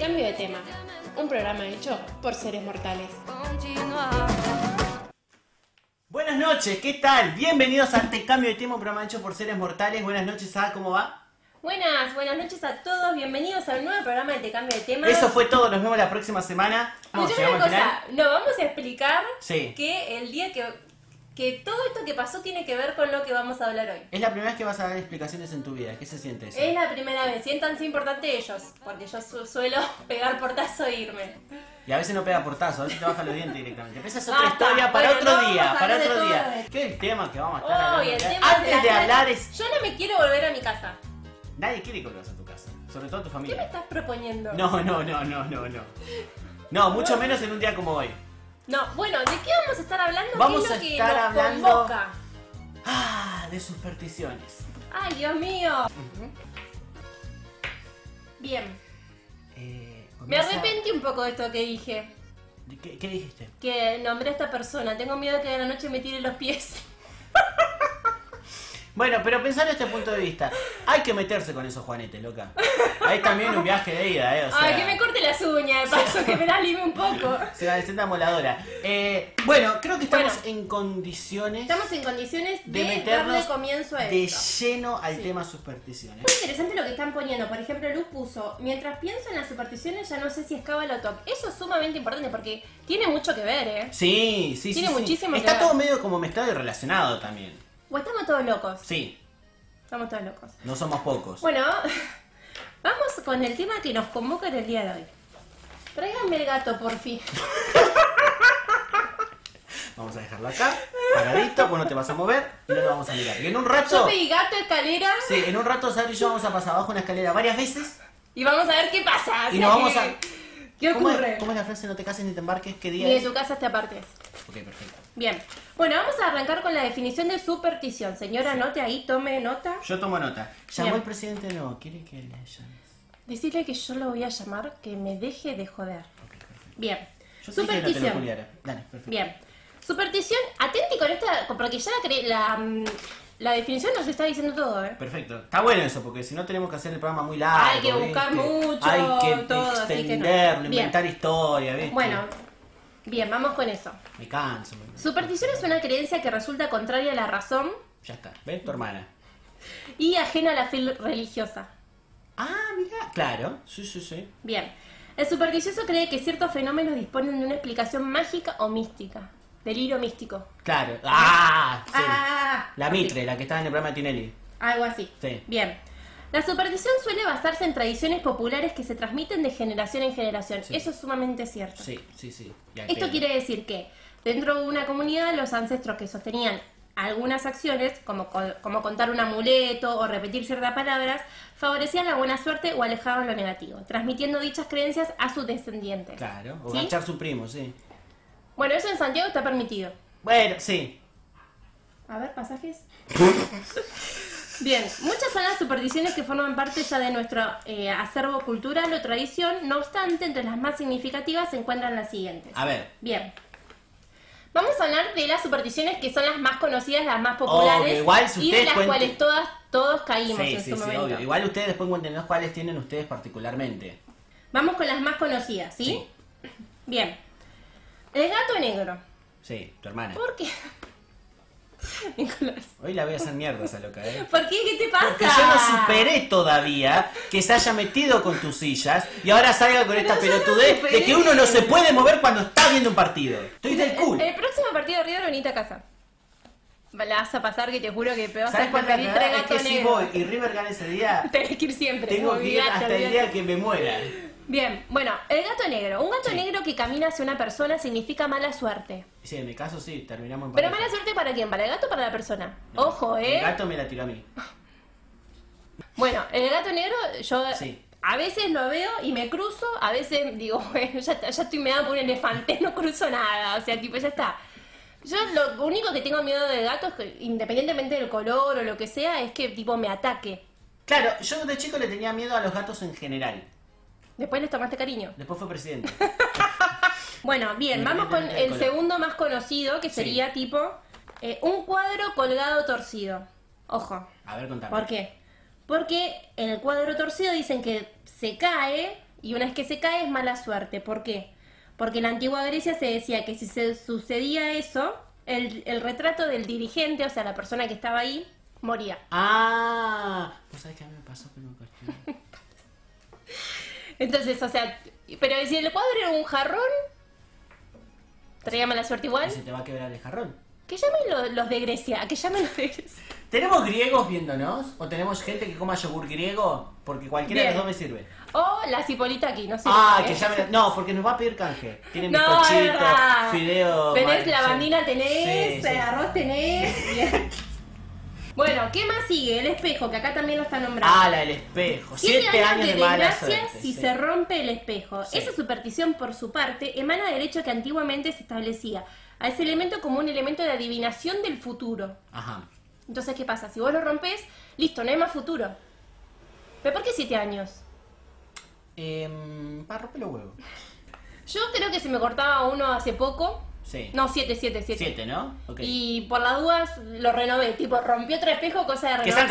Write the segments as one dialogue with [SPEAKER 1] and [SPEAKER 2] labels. [SPEAKER 1] Cambio de tema. Un programa hecho por seres mortales.
[SPEAKER 2] Buenas noches, ¿qué tal? Bienvenidos a este cambio de tema, un programa hecho por seres mortales. Buenas noches, Ada, ¿cómo va?
[SPEAKER 3] Buenas, buenas noches a todos. Bienvenidos a un nuevo programa de Te Cambio de Tema.
[SPEAKER 2] Eso fue todo, nos vemos la próxima semana. Vamos,
[SPEAKER 3] Escuchame
[SPEAKER 2] llegamos
[SPEAKER 3] una
[SPEAKER 2] al final.
[SPEAKER 3] cosa. No, vamos a explicar
[SPEAKER 2] Sí.
[SPEAKER 3] que el día que, que todo esto que pasó tiene que ver con lo que vamos a hablar hoy.
[SPEAKER 2] Es la primera vez que vas a dar explicaciones en tu vida, ¿qué se siente eso?
[SPEAKER 3] Es la primera vez, siéntanse importante ellos, porque yo su- suelo pegar portazo e irme.
[SPEAKER 2] Y a veces no pega portazo, a veces te baja los dientes directamente. Pero esa es otra
[SPEAKER 3] Basta,
[SPEAKER 2] historia para
[SPEAKER 3] bueno, no
[SPEAKER 2] otro
[SPEAKER 3] vamos
[SPEAKER 2] día,
[SPEAKER 3] a
[SPEAKER 2] para
[SPEAKER 3] hablar de
[SPEAKER 2] otro
[SPEAKER 3] todo
[SPEAKER 2] día.
[SPEAKER 3] esto.
[SPEAKER 2] ¿Qué es el tema que vamos a estar
[SPEAKER 3] Oh, y el
[SPEAKER 2] hablando?
[SPEAKER 3] tema
[SPEAKER 2] Antes de
[SPEAKER 3] la-
[SPEAKER 2] hablar es...
[SPEAKER 3] Yo no me quiero volver a mi casa.
[SPEAKER 2] Nadie quiere que vuelvas a tu casa, sobre todo
[SPEAKER 3] ¿Qué
[SPEAKER 2] tu
[SPEAKER 3] me
[SPEAKER 2] familia.
[SPEAKER 3] estás proponiendo?
[SPEAKER 2] No, no, no, no, no, no. No, mucho menos en un día como hoy.
[SPEAKER 3] No, bueno, ¿de qué vamos a estar hablando? ¿Qué
[SPEAKER 2] Vamos
[SPEAKER 3] es lo
[SPEAKER 2] a
[SPEAKER 3] que
[SPEAKER 2] estar
[SPEAKER 3] nos
[SPEAKER 2] hablando-
[SPEAKER 3] convoca?
[SPEAKER 2] Ah, de supersticiones.
[SPEAKER 3] Ay, Dios mío. Bien,
[SPEAKER 2] Eh,
[SPEAKER 3] me
[SPEAKER 2] comienza-
[SPEAKER 3] arrepentí un poco de esto que dije.
[SPEAKER 2] ¿Qué, qué dijiste?
[SPEAKER 3] Que nombré a esta persona. Tengo miedo que de la noche me tire los pies.
[SPEAKER 2] Bueno, pero pensar este punto de vista. Hay que meterse con esos juanetes, loca. Hay también un viaje de ida, ¿eh? O sea,
[SPEAKER 3] Ay, que me corte las uñas, de paso, que me las lime un poco.
[SPEAKER 2] se va a hacer una moladora. Eh, bueno, creo que estamos
[SPEAKER 3] Bueno.
[SPEAKER 2] en condiciones
[SPEAKER 3] Estamos en condiciones de,
[SPEAKER 2] de meternos
[SPEAKER 3] darle comienzo a esto.
[SPEAKER 2] de lleno al tema supersticiones.
[SPEAKER 3] Muy interesante lo que están poniendo. Por ejemplo, Luz puso, mientras pienso en las supersticiones ya no sé si es cábala o top. Eso es sumamente importante porque tiene mucho que ver, ¿eh?
[SPEAKER 2] Sí, sí, sí,
[SPEAKER 3] Tiene
[SPEAKER 2] sí.
[SPEAKER 3] muchísimo que
[SPEAKER 2] Está
[SPEAKER 3] ver.
[SPEAKER 2] todo medio como mezclado y relacionado también.
[SPEAKER 3] O estamos todos locos.
[SPEAKER 2] Sí,
[SPEAKER 3] Estamos todos locos.
[SPEAKER 2] no somos pocos.
[SPEAKER 3] Bueno, vamos con el tema que nos convoca en el día de hoy. Tráiganme el gato, por fin.
[SPEAKER 2] Vamos a dejarlo acá, paradito, vos no te vas a mover y no lo vamos a mirar. Y en un
[SPEAKER 3] Yo
[SPEAKER 2] rato,
[SPEAKER 3] pedí gato, escalera
[SPEAKER 2] sí, en un rato Sara y yo vamos a pasar abajo una escalera varias veces
[SPEAKER 3] y vamos a ver qué pasa.
[SPEAKER 2] y
[SPEAKER 3] Así
[SPEAKER 2] nos vamos
[SPEAKER 3] que-
[SPEAKER 2] a...
[SPEAKER 3] ¿Qué
[SPEAKER 2] ¿Cómo es-
[SPEAKER 3] ocurre?
[SPEAKER 2] ¿Cómo es la frase? No te cases ni te embarques, ¿qué día
[SPEAKER 3] Ni de
[SPEAKER 2] es?
[SPEAKER 3] tu casa te apartes.
[SPEAKER 2] Ok, perfecto.
[SPEAKER 3] Bien. Bueno, vamos a arrancar con la definición de superstición. Señora, anote ahí, tome nota.
[SPEAKER 2] Yo tomo nota. Llamó
[SPEAKER 3] Bien.
[SPEAKER 2] el presidente no, quiere que le llames.
[SPEAKER 3] Decirle que yo lo voy a llamar que me deje de joder.
[SPEAKER 2] Ok, perfecto.
[SPEAKER 3] Bien.
[SPEAKER 2] Yo te dije que no te lo
[SPEAKER 3] Superstición.
[SPEAKER 2] culiara. Dale, perfecto.
[SPEAKER 3] Bien. Superstición, atenti con esta, porque ya la, cre- la, mm, la definición nos está diciendo todo, ¿eh?
[SPEAKER 2] Perfecto. Está bueno eso, porque si no tenemos que hacer el programa muy largo.
[SPEAKER 3] Hay que buscar
[SPEAKER 2] ¿viste?
[SPEAKER 3] mucho,
[SPEAKER 2] Hay que
[SPEAKER 3] todo, así que no.
[SPEAKER 2] extenderlo,
[SPEAKER 3] Bien.
[SPEAKER 2] inventar historia, ¿viste?
[SPEAKER 3] Bueno, bien, vamos con eso.
[SPEAKER 2] Me canso. me-
[SPEAKER 3] Superstición es una creencia que resulta contraria a la razón
[SPEAKER 2] Ya está. ¿Ves? Tu hermana.
[SPEAKER 3] y ajena a la fe religiosa.
[SPEAKER 2] Ah, mira. Claro. Sí, sí, sí.
[SPEAKER 3] Bien. El supersticioso cree que ciertos fenómenos disponen de una explicación mágica o mística. Delirio místico.
[SPEAKER 2] Claro. Ah, sí.
[SPEAKER 3] Ah,
[SPEAKER 2] La Mitre, la que estaba en el programa de Tinelli.
[SPEAKER 3] Algo así.
[SPEAKER 2] Sí.
[SPEAKER 3] Bien. La superstición suele basarse en tradiciones populares que se transmiten de generación en generación.
[SPEAKER 2] Sí.
[SPEAKER 3] Eso es sumamente cierto.
[SPEAKER 2] Sí, sí, sí. Y al
[SPEAKER 3] Esto
[SPEAKER 2] pedo.
[SPEAKER 3] quiere decir que dentro de una comunidad los ancestros que sostenían algunas acciones, como, co- como contar un amuleto o repetir ciertas palabras, favorecían la buena suerte o alejaban lo negativo, transmitiendo dichas creencias a sus descendientes.
[SPEAKER 2] Claro. O
[SPEAKER 3] ¿Sí?
[SPEAKER 2] ganchar su primo, sí.
[SPEAKER 3] Bueno, eso en Santiago está permitido.
[SPEAKER 2] Bueno, sí.
[SPEAKER 3] A ver, pasajes. Bien, muchas son las supersticiones que forman parte ya de nuestro eh, acervo cultural o tradición, no obstante, entre las más significativas se encuentran las siguientes.
[SPEAKER 2] A ver.
[SPEAKER 3] Bien. Vamos a hablar de las supersticiones que son las más conocidas, las más
[SPEAKER 2] Obvio,
[SPEAKER 3] populares
[SPEAKER 2] igual si
[SPEAKER 3] y de
[SPEAKER 2] ustedes
[SPEAKER 3] las
[SPEAKER 2] cuenten-
[SPEAKER 3] cuales todas, todos caímos
[SPEAKER 2] Sí,
[SPEAKER 3] en
[SPEAKER 2] sí,
[SPEAKER 3] su
[SPEAKER 2] sí,
[SPEAKER 3] momento.
[SPEAKER 2] obvio. Igual ustedes después cuéntenos cuáles tienen ustedes particularmente.
[SPEAKER 3] Vamos con las más conocidas, ¿sí? Bien. El gato negro.
[SPEAKER 2] Sí, tu hermana.
[SPEAKER 3] ¿Por qué? Nicolás.
[SPEAKER 2] Hoy la voy a hacer mierda esa loca, ¿eh?
[SPEAKER 3] ¿Por qué? ¿Qué te pasa?
[SPEAKER 2] Porque yo no superé todavía que se haya metido con tus sillas y ahora salga con esta
[SPEAKER 3] Pero yo no
[SPEAKER 2] pelotudez de
[SPEAKER 3] superé. Eh,
[SPEAKER 2] que uno no se puede mover cuando está viendo un partido. Estoy del culo.
[SPEAKER 3] El, el próximo partido de River, venite a casa. La vas a pasar que te juro que te vas
[SPEAKER 2] ¿Sabes
[SPEAKER 3] a
[SPEAKER 2] cuál es
[SPEAKER 3] preferir
[SPEAKER 2] la
[SPEAKER 3] tres
[SPEAKER 2] verdad? Es que
[SPEAKER 3] gatos
[SPEAKER 2] si
[SPEAKER 3] negros.
[SPEAKER 2] voy y River gana ese día,
[SPEAKER 3] Tenés que ir siempre.
[SPEAKER 2] tengo que ir
[SPEAKER 3] olvidate,
[SPEAKER 2] hasta el
[SPEAKER 3] olvidate.
[SPEAKER 2] día que me muera.
[SPEAKER 3] Bien, bueno, el gato negro. Un gato
[SPEAKER 2] Sí.
[SPEAKER 3] negro que camina hacia una persona significa mala suerte.
[SPEAKER 2] Sí, en mi caso sí, terminamos en
[SPEAKER 3] Pero
[SPEAKER 2] pareja.
[SPEAKER 3] mala suerte para quién, para el gato o para la persona.
[SPEAKER 2] No,
[SPEAKER 3] Ojo, eh.
[SPEAKER 2] El gato me la tiró a mí.
[SPEAKER 3] Bueno, el gato negro yo
[SPEAKER 2] Sí.
[SPEAKER 3] a veces lo veo y me cruzo, a veces digo, bueno, ya, está, ya estoy me por un elefante, no cruzo nada, o sea, tipo, ya está. Yo lo único que tengo miedo del gato es que, independientemente del color o lo que sea, es que tipo me ataque.
[SPEAKER 2] Claro, yo de chico le tenía miedo a los gatos en general.
[SPEAKER 3] Después les tomaste cariño.
[SPEAKER 2] Después fue presidente.
[SPEAKER 3] Bueno, bien, vamos con
[SPEAKER 2] Independientemente del
[SPEAKER 3] el
[SPEAKER 2] color.
[SPEAKER 3] segundo más conocido, que
[SPEAKER 2] Sí.
[SPEAKER 3] sería tipo eh, un cuadro colgado torcido. Ojo,
[SPEAKER 2] A ver, contame.
[SPEAKER 3] ¿por qué? Porque en el cuadro torcido dicen que se cae Y una vez que se cae es mala suerte. ¿Por qué? Porque en la antigua Grecia se decía que si se sucedía eso, el, el retrato del dirigente, o sea, la persona que estaba ahí, moría.
[SPEAKER 2] Ah, pues sabes qué a mí me pasó con un cartón.
[SPEAKER 3] Entonces, o sea, pero si el cuadro era un jarrón, traía mala suerte igual.
[SPEAKER 2] Y se te va a quebrar el jarrón.
[SPEAKER 3] Que llamen lo- los de Grecia, que llamen los de Grecia.
[SPEAKER 2] ¿Tenemos griegos viéndonos? ¿O tenemos gente que coma yogur griego? Porque cualquiera de los dos me
[SPEAKER 3] Bien.
[SPEAKER 2] sirve.
[SPEAKER 3] O la cipolita aquí, no sé.
[SPEAKER 2] ah,
[SPEAKER 3] ¿eh?
[SPEAKER 2] que ya me... No, porque nos va a pedir canje. Tienen
[SPEAKER 3] No, es
[SPEAKER 2] bizcochito,
[SPEAKER 3] verdad.
[SPEAKER 2] fideo...
[SPEAKER 3] Tenés
[SPEAKER 2] madre,
[SPEAKER 3] lavandina,
[SPEAKER 2] sí.
[SPEAKER 3] tenés,
[SPEAKER 2] Sí, sí.
[SPEAKER 3] eh, arroz tenés. bien. bueno, ¿qué más sigue? El espejo, que acá también lo está nombrando.
[SPEAKER 2] Ah, la del espejo. Siete, años de, mala
[SPEAKER 3] desgracia
[SPEAKER 2] suerte.
[SPEAKER 3] si
[SPEAKER 2] sí.
[SPEAKER 3] se rompe el espejo.
[SPEAKER 2] Sí.
[SPEAKER 3] Esa superstición, por su parte, emana del hecho que antiguamente se establecía a ese elemento como un elemento de adivinación del futuro.
[SPEAKER 2] Ajá.
[SPEAKER 3] Entonces, ¿qué pasa? Si vos lo rompes, listo, no hay más futuro. ¿Pero por qué siete años?
[SPEAKER 2] Eh, para romper los huevos.
[SPEAKER 3] Yo creo que se me cortaba uno hace poco.
[SPEAKER 2] Sí.
[SPEAKER 3] No, siete, siete, siete.
[SPEAKER 2] Siete, ¿no? Ok.
[SPEAKER 3] Y por las dudas lo renové, tipo rompí otro espejo, cosa de
[SPEAKER 2] Que
[SPEAKER 3] renovar.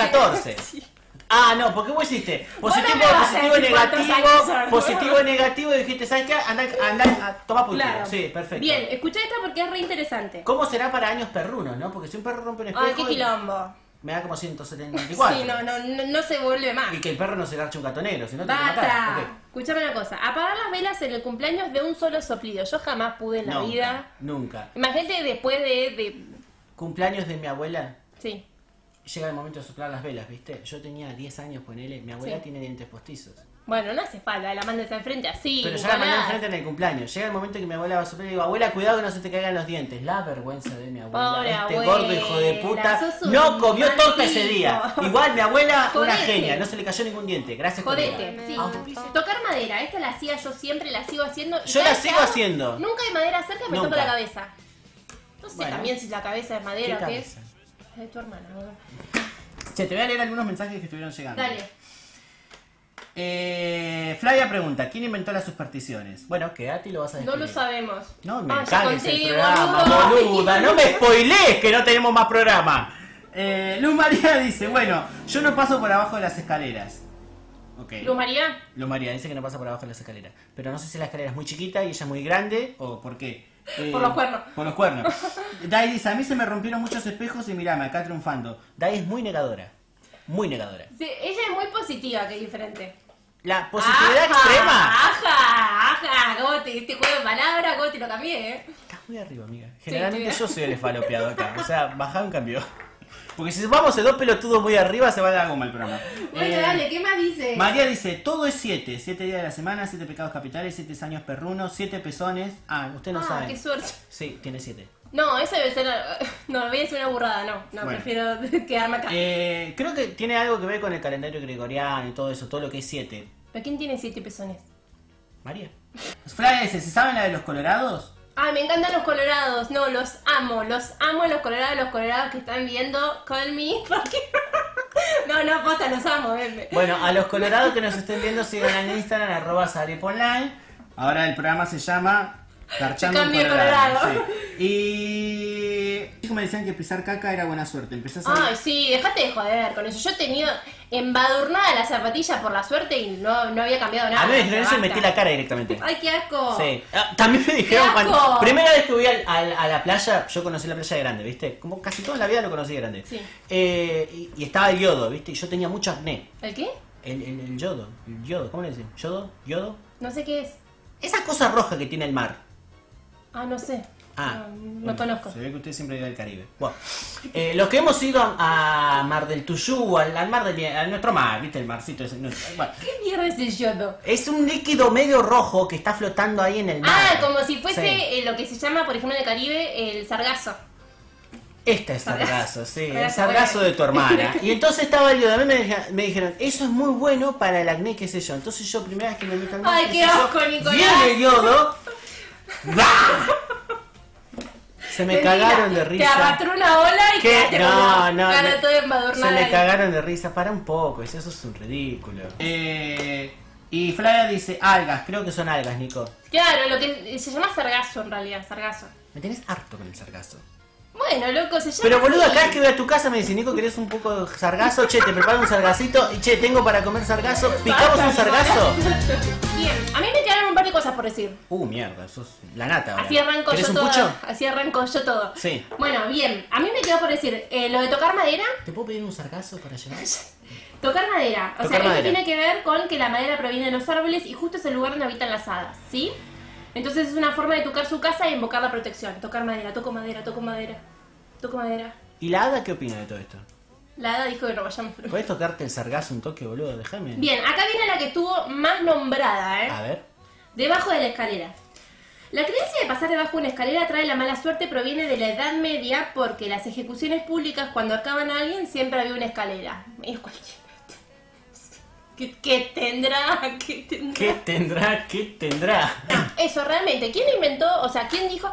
[SPEAKER 2] sean 14. Ah, no, porque vos hiciste positivo,
[SPEAKER 3] me vas a
[SPEAKER 2] positivo,
[SPEAKER 3] decir cuántos
[SPEAKER 2] negativo,
[SPEAKER 3] años son.
[SPEAKER 2] positivo, negativo y dijiste, ¿sabes qué? Anda, anda, a- toma puntero.
[SPEAKER 3] Claro.
[SPEAKER 2] Sí, perfecto.
[SPEAKER 3] Bien, escuchá esta porque es re interesante.
[SPEAKER 2] ¿Cómo será para años perrunos, no? Porque si un perro rompe un espejo,
[SPEAKER 3] Ay, qué quilombo.
[SPEAKER 2] me da como 174.
[SPEAKER 3] Sí, no, no, no, no se vuelve más.
[SPEAKER 2] Y que el perro no se garche un gatonero, si no te lo
[SPEAKER 3] Basta.
[SPEAKER 2] mata.
[SPEAKER 3] Escuchame una cosa. Apagar las velas en el cumpleaños de un solo soplido. Yo jamás pude en la
[SPEAKER 2] nunca,
[SPEAKER 3] vida.
[SPEAKER 2] Nunca.
[SPEAKER 3] Imagínate después de, de-
[SPEAKER 2] Cumpleaños de mi abuela,
[SPEAKER 3] Sí.
[SPEAKER 2] llega el momento de soplar las velas, ¿viste? Yo tenía 10 años, ponele. Mi abuela
[SPEAKER 3] Sí.
[SPEAKER 2] tiene dientes postizos.
[SPEAKER 3] Bueno, no hace falta. La mandas al frente así.
[SPEAKER 2] Pero ya la mandé
[SPEAKER 3] pará.
[SPEAKER 2] enfrente en el cumpleaños. Llega el momento que mi abuela va a soplar y digo, abuela, cuidado que no se te caigan los dientes. La vergüenza de mi abuela.
[SPEAKER 3] Pobre
[SPEAKER 2] este
[SPEAKER 3] abuela,
[SPEAKER 2] gordo hijo de puta
[SPEAKER 3] sos un
[SPEAKER 2] no comió
[SPEAKER 3] maldito.
[SPEAKER 2] torta ese día. Igual mi abuela, una
[SPEAKER 3] Jodete.
[SPEAKER 2] genia, no se le cayó ningún diente. Gracias por
[SPEAKER 3] Jodete. Sí. Tocar madera. Esta la hacía yo siempre, la sigo haciendo. y
[SPEAKER 2] Yo la
[SPEAKER 3] cada
[SPEAKER 2] sigo
[SPEAKER 3] tanto-
[SPEAKER 2] haciendo.
[SPEAKER 3] Nunca hay madera cerca, me
[SPEAKER 2] Nunca.
[SPEAKER 3] toco la cabeza. No sé
[SPEAKER 2] Bueno.
[SPEAKER 3] también si la cabeza es
[SPEAKER 2] ¿Qué
[SPEAKER 3] madera o qué.
[SPEAKER 2] cabeza?
[SPEAKER 3] Es de tu hermana, boludo.
[SPEAKER 2] Che, te voy a leer algunos mensajes que estuvieron llegando.
[SPEAKER 3] Dale.
[SPEAKER 2] Eh, Flavia pregunta, ¿quién inventó las supersticiones? Bueno, quédate y lo vas a
[SPEAKER 3] No lo
[SPEAKER 2] descubrir.
[SPEAKER 3] sabemos.
[SPEAKER 2] No me
[SPEAKER 3] Ah, ya
[SPEAKER 2] cagues el
[SPEAKER 3] conté,
[SPEAKER 2] programa,
[SPEAKER 3] boludo.
[SPEAKER 2] boluda. No me spoilees que no tenemos más programa. Eh, Luz María dice, bueno, yo no paso por abajo de las escaleras. Ok.
[SPEAKER 3] Luz María,
[SPEAKER 2] Luz María dice que no pasa por abajo de las escaleras. Pero no sé si la escalera es muy chiquita y ella es muy grande o por qué. Eh,
[SPEAKER 3] Por los cuernos.
[SPEAKER 2] Por los cuernos. Dai dice, a mí se me rompieron muchos espejos y mirame, acá triunfando. Dai es muy negadora. Muy negadora.
[SPEAKER 3] Sí, ella es muy positiva, que es diferente.
[SPEAKER 2] La positividad
[SPEAKER 3] Ajá,
[SPEAKER 2] extrema.
[SPEAKER 3] Ajá, ajá, ¿cómo te este juego de palabras? ¿Cómo te lo cambié? eh?
[SPEAKER 2] Estás muy arriba, amiga. Generalmente
[SPEAKER 3] sí.
[SPEAKER 2] yo soy el esfalopeado acá. O sea, bajá un cambio. Porque si vamos de dos pelotudos muy arriba, se va a la goma el programa.
[SPEAKER 3] Bueno,
[SPEAKER 2] Eh,
[SPEAKER 3] dale, ¿qué más dice?
[SPEAKER 2] María dice, todo es siete. Siete días de la semana, siete pecados capitales, siete años perrunos, siete pezones. Ah, usted no
[SPEAKER 3] ah,
[SPEAKER 2] sabe.
[SPEAKER 3] qué suerte.
[SPEAKER 2] Sí, tiene siete.
[SPEAKER 3] No, eso debe ser. No, voy a decir una burrada, no. No,
[SPEAKER 2] Bueno.
[SPEAKER 3] prefiero quedarme acá.
[SPEAKER 2] Eh, creo que tiene algo que ver con el calendario gregoriano y todo eso, todo lo que es siete.
[SPEAKER 3] ¿Pero quién tiene siete pezones?
[SPEAKER 2] María. Flavia dice, ¿se saben la de los
[SPEAKER 3] Ay,
[SPEAKER 2] colorados?
[SPEAKER 3] Ah, me encantan los colorados. No, los amo. Los amo los colorados, los colorados que están viendo. Call me. Porque... no, no, posta, los amo, venme.
[SPEAKER 2] Bueno, a los colorados que nos estén viendo, sigan en Instagram, arroba Sareponline. Ahora el programa se llama Garchando en
[SPEAKER 3] Cambio de
[SPEAKER 2] Colorado.
[SPEAKER 3] Colorado.
[SPEAKER 2] sí. Y chicos me decían que pisar caca era buena suerte. Empecé a hacer-
[SPEAKER 3] Ay, sí, dejate de joder con eso. Yo he tenido embadurnada la zapatilla por la suerte y no, no había cambiado nada.
[SPEAKER 2] A mí me
[SPEAKER 3] O
[SPEAKER 2] dijeron
[SPEAKER 3] sea,
[SPEAKER 2] eso y
[SPEAKER 3] basta.
[SPEAKER 2] metí la cara directamente.
[SPEAKER 3] Ay, qué asco.
[SPEAKER 2] Sí. Ah, También me dijeron
[SPEAKER 3] Oh. ¡Qué
[SPEAKER 2] cuando.
[SPEAKER 3] asco!
[SPEAKER 2] Primera vez que fui al- al- a la playa, yo conocí la playa de grande, ¿viste? Como casi toda la vida lo conocí de grande.
[SPEAKER 3] Sí.
[SPEAKER 2] Eh, y, y estaba el yodo, ¿viste? Y yo tenía mucho acné.
[SPEAKER 3] ¿El qué?
[SPEAKER 2] El, el- el yodo, el yodo, ¿cómo le dicen? ¿Yodo? ¿Yodo?
[SPEAKER 3] No sé qué es.
[SPEAKER 2] Esa cosa roja que tiene el mar.
[SPEAKER 3] Ah, no sé.
[SPEAKER 2] Ah,
[SPEAKER 3] no, no
[SPEAKER 2] bueno,
[SPEAKER 3] conozco.
[SPEAKER 2] Se ve que usted siempre iba al Caribe. Bueno, eh, los que hemos ido a, a Mar del Tuyú, al, al mar del, a nuestro mar, ¿viste? El marcito ese, no, bueno.
[SPEAKER 3] ¿Qué mierda es el yodo?
[SPEAKER 2] Es un líquido medio rojo que está flotando ahí en el mar.
[SPEAKER 3] Ah, como si fuese
[SPEAKER 2] Sí.
[SPEAKER 3] eh, lo que se llama, por ejemplo, en el Caribe, el sargazo.
[SPEAKER 2] Este es
[SPEAKER 3] Sargazo.
[SPEAKER 2] sargazo, sí, el
[SPEAKER 3] Sargazo,
[SPEAKER 2] sargazo
[SPEAKER 3] bueno.
[SPEAKER 2] de tu hermana. Y entonces estaba el yodo. A mí me, dija- me dijeron, eso es muy bueno para el acné, qué sé yo. Entonces yo, primera vez que me meto al mar,
[SPEAKER 3] Ay,
[SPEAKER 2] qué
[SPEAKER 3] qué
[SPEAKER 2] sé yo,
[SPEAKER 3] asco, Nicolás.
[SPEAKER 2] Viene el yodo. ¡Bah! Se me
[SPEAKER 3] Mentira,
[SPEAKER 2] cagaron de risa.
[SPEAKER 3] Te arrastró una ola y
[SPEAKER 2] ¿Qué?
[SPEAKER 3] quedaste con la
[SPEAKER 2] No, no.
[SPEAKER 3] cara
[SPEAKER 2] me-
[SPEAKER 3] toda embadurnada.
[SPEAKER 2] se me
[SPEAKER 3] ahí.
[SPEAKER 2] cagaron de risa. Para un poco, eso es un ridículo. Eh, y Flavia dice algas. Creo que son algas, Nico.
[SPEAKER 3] eh, Claro, lo que se llama sargazo en realidad, sargazo.
[SPEAKER 2] Me tenés harto con el sargazo.
[SPEAKER 3] Bueno, loco, se llama.
[SPEAKER 2] Pero boludo,
[SPEAKER 3] así.
[SPEAKER 2] cada vez que voy a tu casa me dice, Nico, ¿querés un poco de sargazo? Che, te preparo un sargacito. Y che, tengo para comer sargazo. ¿Picamos un sargazo?
[SPEAKER 3] Bien, a mí me quedaron un par de cosas por decir.
[SPEAKER 2] Uh, mierda, sos la nata. ahora.
[SPEAKER 3] Así arranco
[SPEAKER 2] ¿Querés
[SPEAKER 3] yo
[SPEAKER 2] un
[SPEAKER 3] todo.
[SPEAKER 2] pucho?
[SPEAKER 3] Así arranco yo todo.
[SPEAKER 2] Sí.
[SPEAKER 3] Bueno, bien, a mí me quedó por decir eh, lo de tocar madera.
[SPEAKER 2] ¿Te puedo pedir un sargazo para llevar?
[SPEAKER 3] Tocar madera. O
[SPEAKER 2] Tocar
[SPEAKER 3] sea,
[SPEAKER 2] madera.
[SPEAKER 3] esto tiene que ver con que la madera proviene de los árboles y justo es el lugar donde habitan las hadas, ¿sí? Entonces es una forma de tocar su casa y invocar la protección. Tocar madera, toco madera, toco madera, toco madera.
[SPEAKER 2] ¿Y la hada qué opina de todo esto?
[SPEAKER 3] La hada dijo que no vayamos.
[SPEAKER 2] ¿Puedes tocarte el sargazo un toque, boludo? Déjame.
[SPEAKER 3] Bien, acá viene la que estuvo más nombrada, ¿eh?
[SPEAKER 2] A ver.
[SPEAKER 3] Debajo de la escalera. La creencia de pasar debajo de una escalera trae la mala suerte proviene de la Edad Media porque las ejecuciones públicas cuando ahorcaban a alguien siempre había una escalera. Es cualquiera. ¿Qué, qué tendrá? ¿Qué tendrá?
[SPEAKER 2] ¿Qué tendrá? ¿Qué tendrá?
[SPEAKER 3] No, Ah, eso realmente. ¿Quién inventó? O sea, ¿quién dijo?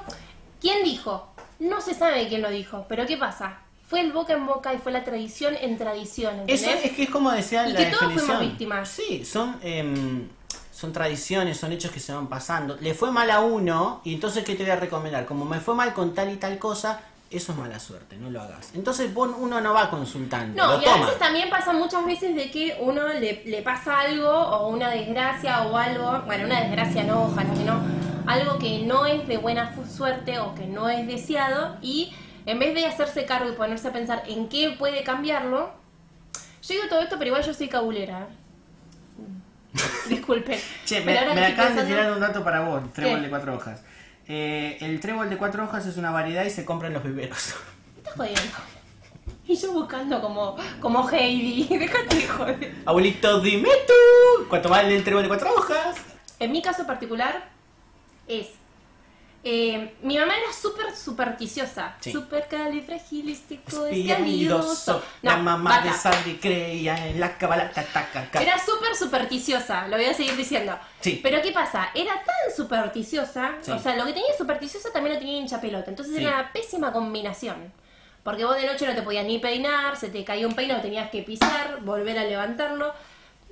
[SPEAKER 3] ¿Quién dijo? No se sabe quién lo dijo, pero ¿qué pasa? Fue el boca en boca y fue la tradición en tradición, ¿entendés?
[SPEAKER 2] Eso es que es como decía
[SPEAKER 3] Y
[SPEAKER 2] la
[SPEAKER 3] que todos fuimos
[SPEAKER 2] definición.
[SPEAKER 3] víctimas.
[SPEAKER 2] Sí, son, em, son tradiciones, son hechos que se van pasando. Le fue mal a uno, y entonces, ¿qué te voy a recomendar? Como me fue mal con tal y tal cosa, eso es mala suerte, no lo hagas. Entonces, vos- uno no va consultando,
[SPEAKER 3] No,
[SPEAKER 2] lo
[SPEAKER 3] y a
[SPEAKER 2] toma.
[SPEAKER 3] veces también pasa muchas veces de que uno le, le pasa algo o una desgracia o algo, bueno, una desgracia no, ojalá que no, algo que no es de buena fu- suerte o que no es deseado y en vez de hacerse cargo y ponerse a pensar en qué puede cambiarlo, yo digo todo esto, pero igual yo soy cabulera. Disculpen.
[SPEAKER 2] Che, me,
[SPEAKER 3] Pero ahora
[SPEAKER 2] me
[SPEAKER 3] que estoy
[SPEAKER 2] acaban de
[SPEAKER 3] pensando-
[SPEAKER 2] tirar un dato para vos, trébol
[SPEAKER 3] ¿Qué?
[SPEAKER 2] de cuatro hojas. Eh, el trébol de cuatro hojas es una variedad y se compra en los viveros.
[SPEAKER 3] Me estás jodiendo. Y yo buscando como, como Heidi. Déjate de joder.
[SPEAKER 2] Abuelito, dime tú, ¿cuánto vale el trébol de cuatro hojas?
[SPEAKER 3] En mi caso particular es. eh, mi mamá era súper supersticiosa.
[SPEAKER 2] Sí.
[SPEAKER 3] Súper califragilístico,
[SPEAKER 2] Espialidoso, la mamá de Sandy creía en la cabala, ta, ta, ca, ca.
[SPEAKER 3] Era súper supersticiosa, lo voy a seguir diciendo.
[SPEAKER 2] Sí.
[SPEAKER 3] Pero ¿qué pasa? Era tan supersticiosa,
[SPEAKER 2] Sí.
[SPEAKER 3] o sea, lo que tenía supersticiosa también lo tenía hincha pelota. Entonces
[SPEAKER 2] Sí.
[SPEAKER 3] era una pésima combinación. Porque vos de noche no te podías ni peinar, se te caía un peino, lo tenías que pisar, volver a levantarlo.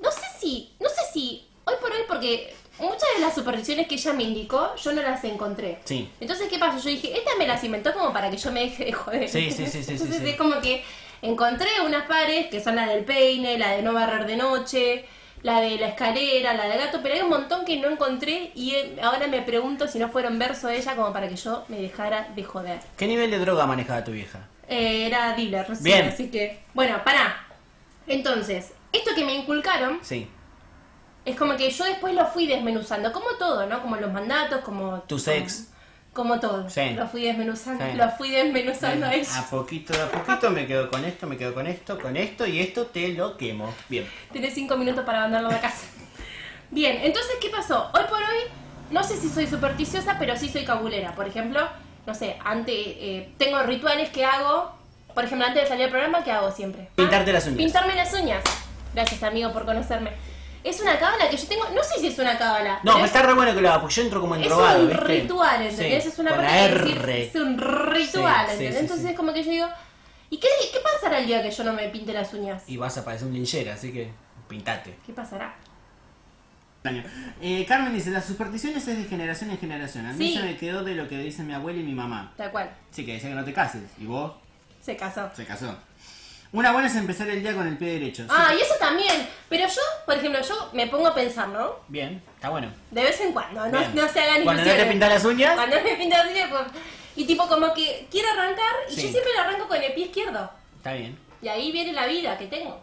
[SPEAKER 3] No sé si, no sé si, hoy por hoy, porque muchas de las supersticiones que ella me indicó, yo no las encontré.
[SPEAKER 2] Sí.
[SPEAKER 3] Entonces, ¿qué pasó? Yo dije, esta me las inventó como para que yo me deje de joder.
[SPEAKER 2] Sí, sí, sí, sí, sí,
[SPEAKER 3] Entonces
[SPEAKER 2] sí.
[SPEAKER 3] es como que encontré unas pares que son la del peine, la de no barrer de noche, la de la escalera, la del gato, pero hay un montón que no encontré y eh, ahora me pregunto si no fueron verso de ella como para que yo me dejara de joder.
[SPEAKER 2] ¿Qué nivel de droga manejaba tu vieja?
[SPEAKER 3] Eh, era dealer, sí,
[SPEAKER 2] Bien.
[SPEAKER 3] así que... Bueno, pará. Entonces, esto que me inculcaron
[SPEAKER 2] Sí.
[SPEAKER 3] es como que yo después lo fui desmenuzando, como todo, ¿no? Como los mandatos, como...
[SPEAKER 2] Tus ex.
[SPEAKER 3] Como todo.
[SPEAKER 2] Sí.
[SPEAKER 3] Lo fui desmenuzando,
[SPEAKER 2] Sí. Ah,
[SPEAKER 3] lo fui desmenuzando a ella.
[SPEAKER 2] A poquito, a poquito me quedo con esto, me quedo con esto, con esto y esto te lo quemo. Bien.
[SPEAKER 3] Tienes cinco minutos para mandarlo a la casa. Bien, entonces, ¿qué pasó? Hoy por hoy, no sé si soy supersticiosa, pero sí soy cabulera. Por ejemplo, no sé, ante, eh, tengo rituales que hago. Por ejemplo, antes de salir al programa, ¿qué hago siempre?
[SPEAKER 2] Ah, Pintarte las uñas.
[SPEAKER 3] Pintarme las uñas. Gracias, amigo, por conocerme. Es una cábala que yo tengo. No sé si es una cábala.
[SPEAKER 2] No,
[SPEAKER 3] pero
[SPEAKER 2] pero
[SPEAKER 3] es-
[SPEAKER 2] está re bueno que lo haga, porque yo entro como
[SPEAKER 3] es
[SPEAKER 2] enrobado,
[SPEAKER 3] un
[SPEAKER 2] ¿viste?
[SPEAKER 3] ritual, ¿entendés?
[SPEAKER 2] Sí,
[SPEAKER 3] es una
[SPEAKER 2] con
[SPEAKER 3] parte
[SPEAKER 2] la
[SPEAKER 3] de decir,
[SPEAKER 2] R.
[SPEAKER 3] es un ritual,
[SPEAKER 2] Sí, sí,
[SPEAKER 3] ¿entendés?
[SPEAKER 2] sí,
[SPEAKER 3] Entonces
[SPEAKER 2] sí.
[SPEAKER 3] es como que yo digo, ¿y qué, qué pasará el día que yo no me pinte las uñas?
[SPEAKER 2] Y vas a parecer un linchera, así que pintate.
[SPEAKER 3] ¿Qué pasará?
[SPEAKER 2] Eh, Carmen dice, las supersticiones es de generación en generación. A mí
[SPEAKER 3] Sí.
[SPEAKER 2] se me quedó de lo que dice mi abuela y mi mamá.
[SPEAKER 3] Tal cual,
[SPEAKER 2] Sí, que decía que no te cases. Y vos,
[SPEAKER 3] se casó.
[SPEAKER 2] se casó. Una buena es empezar el día con el pie derecho. Sí.
[SPEAKER 3] Ah, y eso también. Pero yo, por ejemplo, yo me pongo a pensar, ¿no?
[SPEAKER 2] Bien, está bueno.
[SPEAKER 3] De vez en cuando, no,
[SPEAKER 2] Bien.
[SPEAKER 3] no se hagan
[SPEAKER 2] Cuando no
[SPEAKER 3] ilusiones.
[SPEAKER 2] te pintas las uñas.
[SPEAKER 3] Cuando me pinto las uñas, pues, Y tipo, como que quiero arrancar y
[SPEAKER 2] Sí.
[SPEAKER 3] yo siempre lo arranco con el pie izquierdo.
[SPEAKER 2] Está bien.
[SPEAKER 3] Y ahí viene la vida que tengo.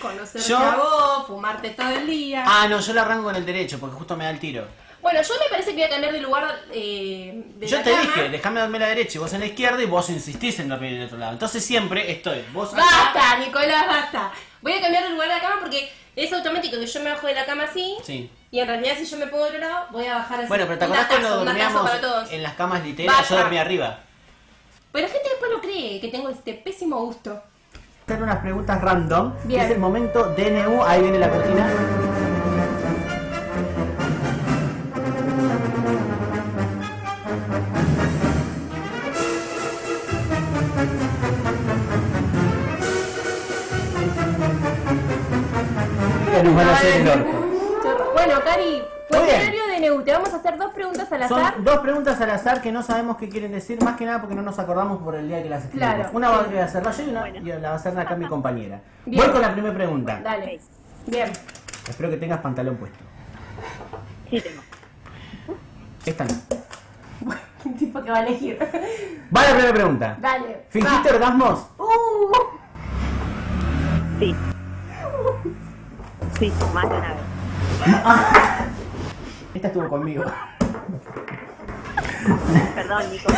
[SPEAKER 3] Conocerte
[SPEAKER 2] Yo-
[SPEAKER 3] a vos, fumarte todo el día.
[SPEAKER 2] Ah, no, yo lo arranco con el derecho, porque justo me da el tiro.
[SPEAKER 3] Bueno, yo me parece que voy a cambiar de lugar eh, de
[SPEAKER 2] Yo
[SPEAKER 3] la
[SPEAKER 2] te
[SPEAKER 3] cama.
[SPEAKER 2] dije, déjame dormir a la derecha y vos en la izquierda y vos insistís en dormir en el otro lado. Entonces siempre estoy, vos acá.
[SPEAKER 3] Basta, Nicolás, basta. Voy a cambiar de lugar de la cama porque es automático que yo me bajo de la cama así.
[SPEAKER 2] Sí.
[SPEAKER 3] Y en realidad si yo me pongo de otro lado, voy a bajar así.
[SPEAKER 2] Bueno, pero ¿te
[SPEAKER 3] Un
[SPEAKER 2] acordás cuando
[SPEAKER 3] datazo, un datazo
[SPEAKER 2] dormíamos
[SPEAKER 3] para todos.
[SPEAKER 2] en las camas literas?
[SPEAKER 3] Basta.
[SPEAKER 2] Yo dormía arriba.
[SPEAKER 3] Pero la gente después no cree que tengo este pésimo gusto.
[SPEAKER 2] Hacer unas preguntas random. que
[SPEAKER 3] Bien.
[SPEAKER 2] Es el momento DNU, ahí viene la cortina. Ya nos van a hacer el orco.
[SPEAKER 3] Chorro. Bueno, Cari,
[SPEAKER 2] Muy bien.
[SPEAKER 3] cuestionario DNU. Te vamos a hacer dos preguntas al azar.
[SPEAKER 2] Son dos preguntas al azar que no sabemos qué quieren decir, más que nada porque no nos acordamos por el día que las escribimos.
[SPEAKER 3] Claro.
[SPEAKER 2] Una va a hacerla yo y una y la va a hacer acá mi compañera.
[SPEAKER 3] Bien.
[SPEAKER 2] Voy con la primera pregunta.
[SPEAKER 3] Dale. Bien.
[SPEAKER 2] Espero que tengas pantalón puesto.
[SPEAKER 4] Sí, tengo.
[SPEAKER 2] Esta no.
[SPEAKER 3] ¿Qué tipo que va a elegir?
[SPEAKER 2] Va la primera pregunta.
[SPEAKER 3] Dale.
[SPEAKER 2] ¿Fingiste
[SPEAKER 3] va.
[SPEAKER 2] orgasmos?
[SPEAKER 3] Uh,
[SPEAKER 4] Sí. Sí, más de una vez.
[SPEAKER 2] Esta estuvo conmigo.
[SPEAKER 4] Perdón, Nico.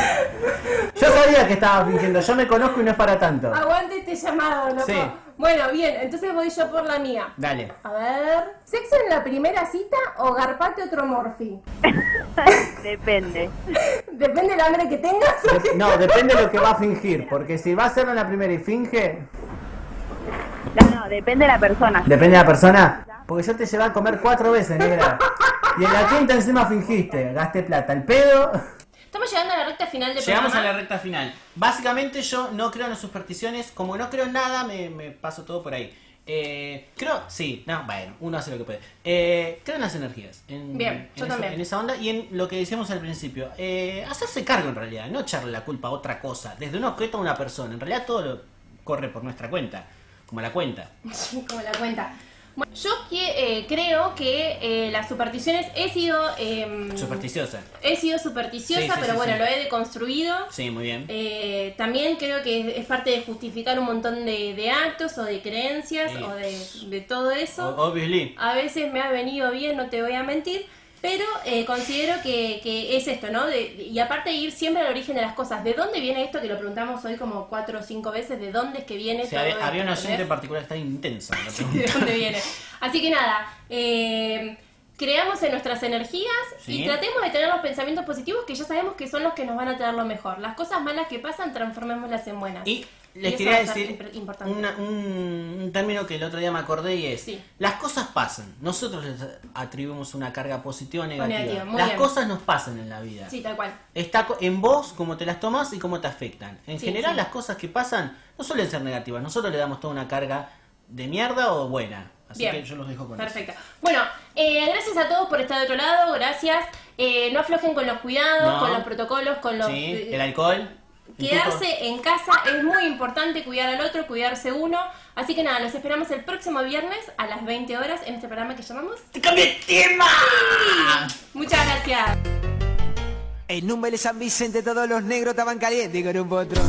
[SPEAKER 2] Yo sabía que estaba fingiendo, yo me conozco y no es para tanto.
[SPEAKER 3] aguante este llamado, loco.
[SPEAKER 2] Sí.
[SPEAKER 3] Bueno, bien. Entonces voy yo por la mía.
[SPEAKER 2] Dale.
[SPEAKER 3] A ver. ¿Sexo en la primera cita o garpate otro morfi?
[SPEAKER 4] Depende.
[SPEAKER 3] Depende del hambre que tengas.
[SPEAKER 2] De- no, depende de lo que va a fingir, porque si va a hacerlo en la primera y finge,
[SPEAKER 4] No, no, depende de la persona.
[SPEAKER 2] depende de la persona. Porque yo te llevé a comer cuatro veces, negra. Y en la quinta encima fingiste, gasté plata, el pedo.
[SPEAKER 3] Estamos llegando a la recta final del
[SPEAKER 2] Llegamos a
[SPEAKER 3] programa.
[SPEAKER 2] la recta final. Básicamente yo no creo en las supersticiones, como no creo en nada, me, me paso todo por ahí. Eh, creo, sí, no, bueno, uno hace lo que puede. Eh, creo en las energías. En,
[SPEAKER 3] Bien,
[SPEAKER 2] en
[SPEAKER 3] yo
[SPEAKER 2] esa-
[SPEAKER 3] también.
[SPEAKER 2] En esa onda y en lo que decíamos al principio. Eh, hacerse cargo en realidad, no echarle la culpa a otra cosa, desde un objeto a una persona. En realidad todo lo corre por nuestra cuenta, como la cuenta.
[SPEAKER 3] Sí, como la cuenta. Bueno, yo que, eh, creo que eh, las supersticiones he sido em,
[SPEAKER 2] Supersticiosa.
[SPEAKER 3] he sido supersticiosa,
[SPEAKER 2] Sí, sí,
[SPEAKER 3] pero
[SPEAKER 2] sí,
[SPEAKER 3] bueno,
[SPEAKER 2] sí.
[SPEAKER 3] lo he deconstruido.
[SPEAKER 2] Sí, muy bien.
[SPEAKER 3] Eh, también creo que es- es parte de justificar un montón de, de actos o de creencias
[SPEAKER 2] Sí.
[SPEAKER 3] o de, de todo eso.
[SPEAKER 2] O- Obviously.
[SPEAKER 3] A veces me ha venido bien, no te voy a mentir, pero eh, considero que, que es esto, ¿no? De- y aparte de ir siempre al origen de las cosas, ¿de dónde viene esto? Que lo preguntamos hoy como cuatro o cinco veces, ¿de dónde es que viene
[SPEAKER 2] O sea,
[SPEAKER 3] todo
[SPEAKER 2] había,
[SPEAKER 3] esto,
[SPEAKER 2] había una
[SPEAKER 3] ¿entendés?
[SPEAKER 2] gente en particular que está intensa. la
[SPEAKER 3] Sí, de
[SPEAKER 2] pregunta.
[SPEAKER 3] dónde viene. Así que nada, eh, creamos en nuestras energías
[SPEAKER 2] Sí.
[SPEAKER 3] y tratemos de tener los pensamientos positivos que ya sabemos que son los que nos van a traer lo mejor. Las cosas malas que pasan, transformémoslas en buenas.
[SPEAKER 2] Y
[SPEAKER 3] Y
[SPEAKER 2] les
[SPEAKER 3] eso
[SPEAKER 2] quería
[SPEAKER 3] va a ser
[SPEAKER 2] decir
[SPEAKER 3] impre- importante.
[SPEAKER 2] una- un, un término que el otro día me acordé y es,
[SPEAKER 3] Sí.
[SPEAKER 2] las cosas pasan, nosotros les atribuimos una carga positiva o negativa.
[SPEAKER 3] negativa, muy
[SPEAKER 2] las
[SPEAKER 3] bien.
[SPEAKER 2] cosas nos pasan en la vida.
[SPEAKER 3] Sí, tal cual.
[SPEAKER 2] Está co- en vos cómo te las tomas y cómo te afectan. En
[SPEAKER 3] Sí,
[SPEAKER 2] general
[SPEAKER 3] sí.
[SPEAKER 2] las cosas que pasan no suelen ser negativas, nosotros le damos toda una carga de mierda o buena. Así
[SPEAKER 3] Bien.
[SPEAKER 2] que yo los dejo con eso.
[SPEAKER 3] Perfecto. Bueno, eh, gracias a todos por estar de otro lado, gracias. Eh, no aflojen con los cuidados,
[SPEAKER 2] No.
[SPEAKER 3] con los protocolos, con los...
[SPEAKER 2] Sí,
[SPEAKER 3] eh,
[SPEAKER 2] el alcohol. el pico.
[SPEAKER 3] Quedarse en casa es muy importante, cuidar al otro, cuidarse uno. Así que nada, los esperamos el próximo viernes a las 20 horas en este programa que llamamos...
[SPEAKER 2] ¡Te cambié de tema!
[SPEAKER 3] Muchas gracias.
[SPEAKER 5] En un baile San Vicente todos los negros estaban calientes con un potrón.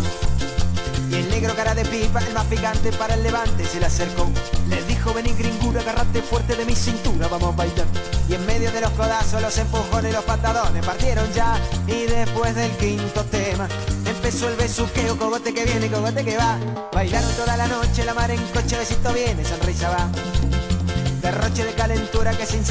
[SPEAKER 5] Y el negro cara de pipa, el más picante para el levante, se le acercó. Les dijo, vení gringura, agarrate fuerte de mi cintura, vamos a bailar. Y en medio de los codazos, los empujones y los patadones partieron ya. Y después del quinto tema, empezó el besuqueo, cogote que viene, cogote que va. Bailaron toda la noche, la mar en coche, besito viene, sonrisa va. Derroche de calentura que se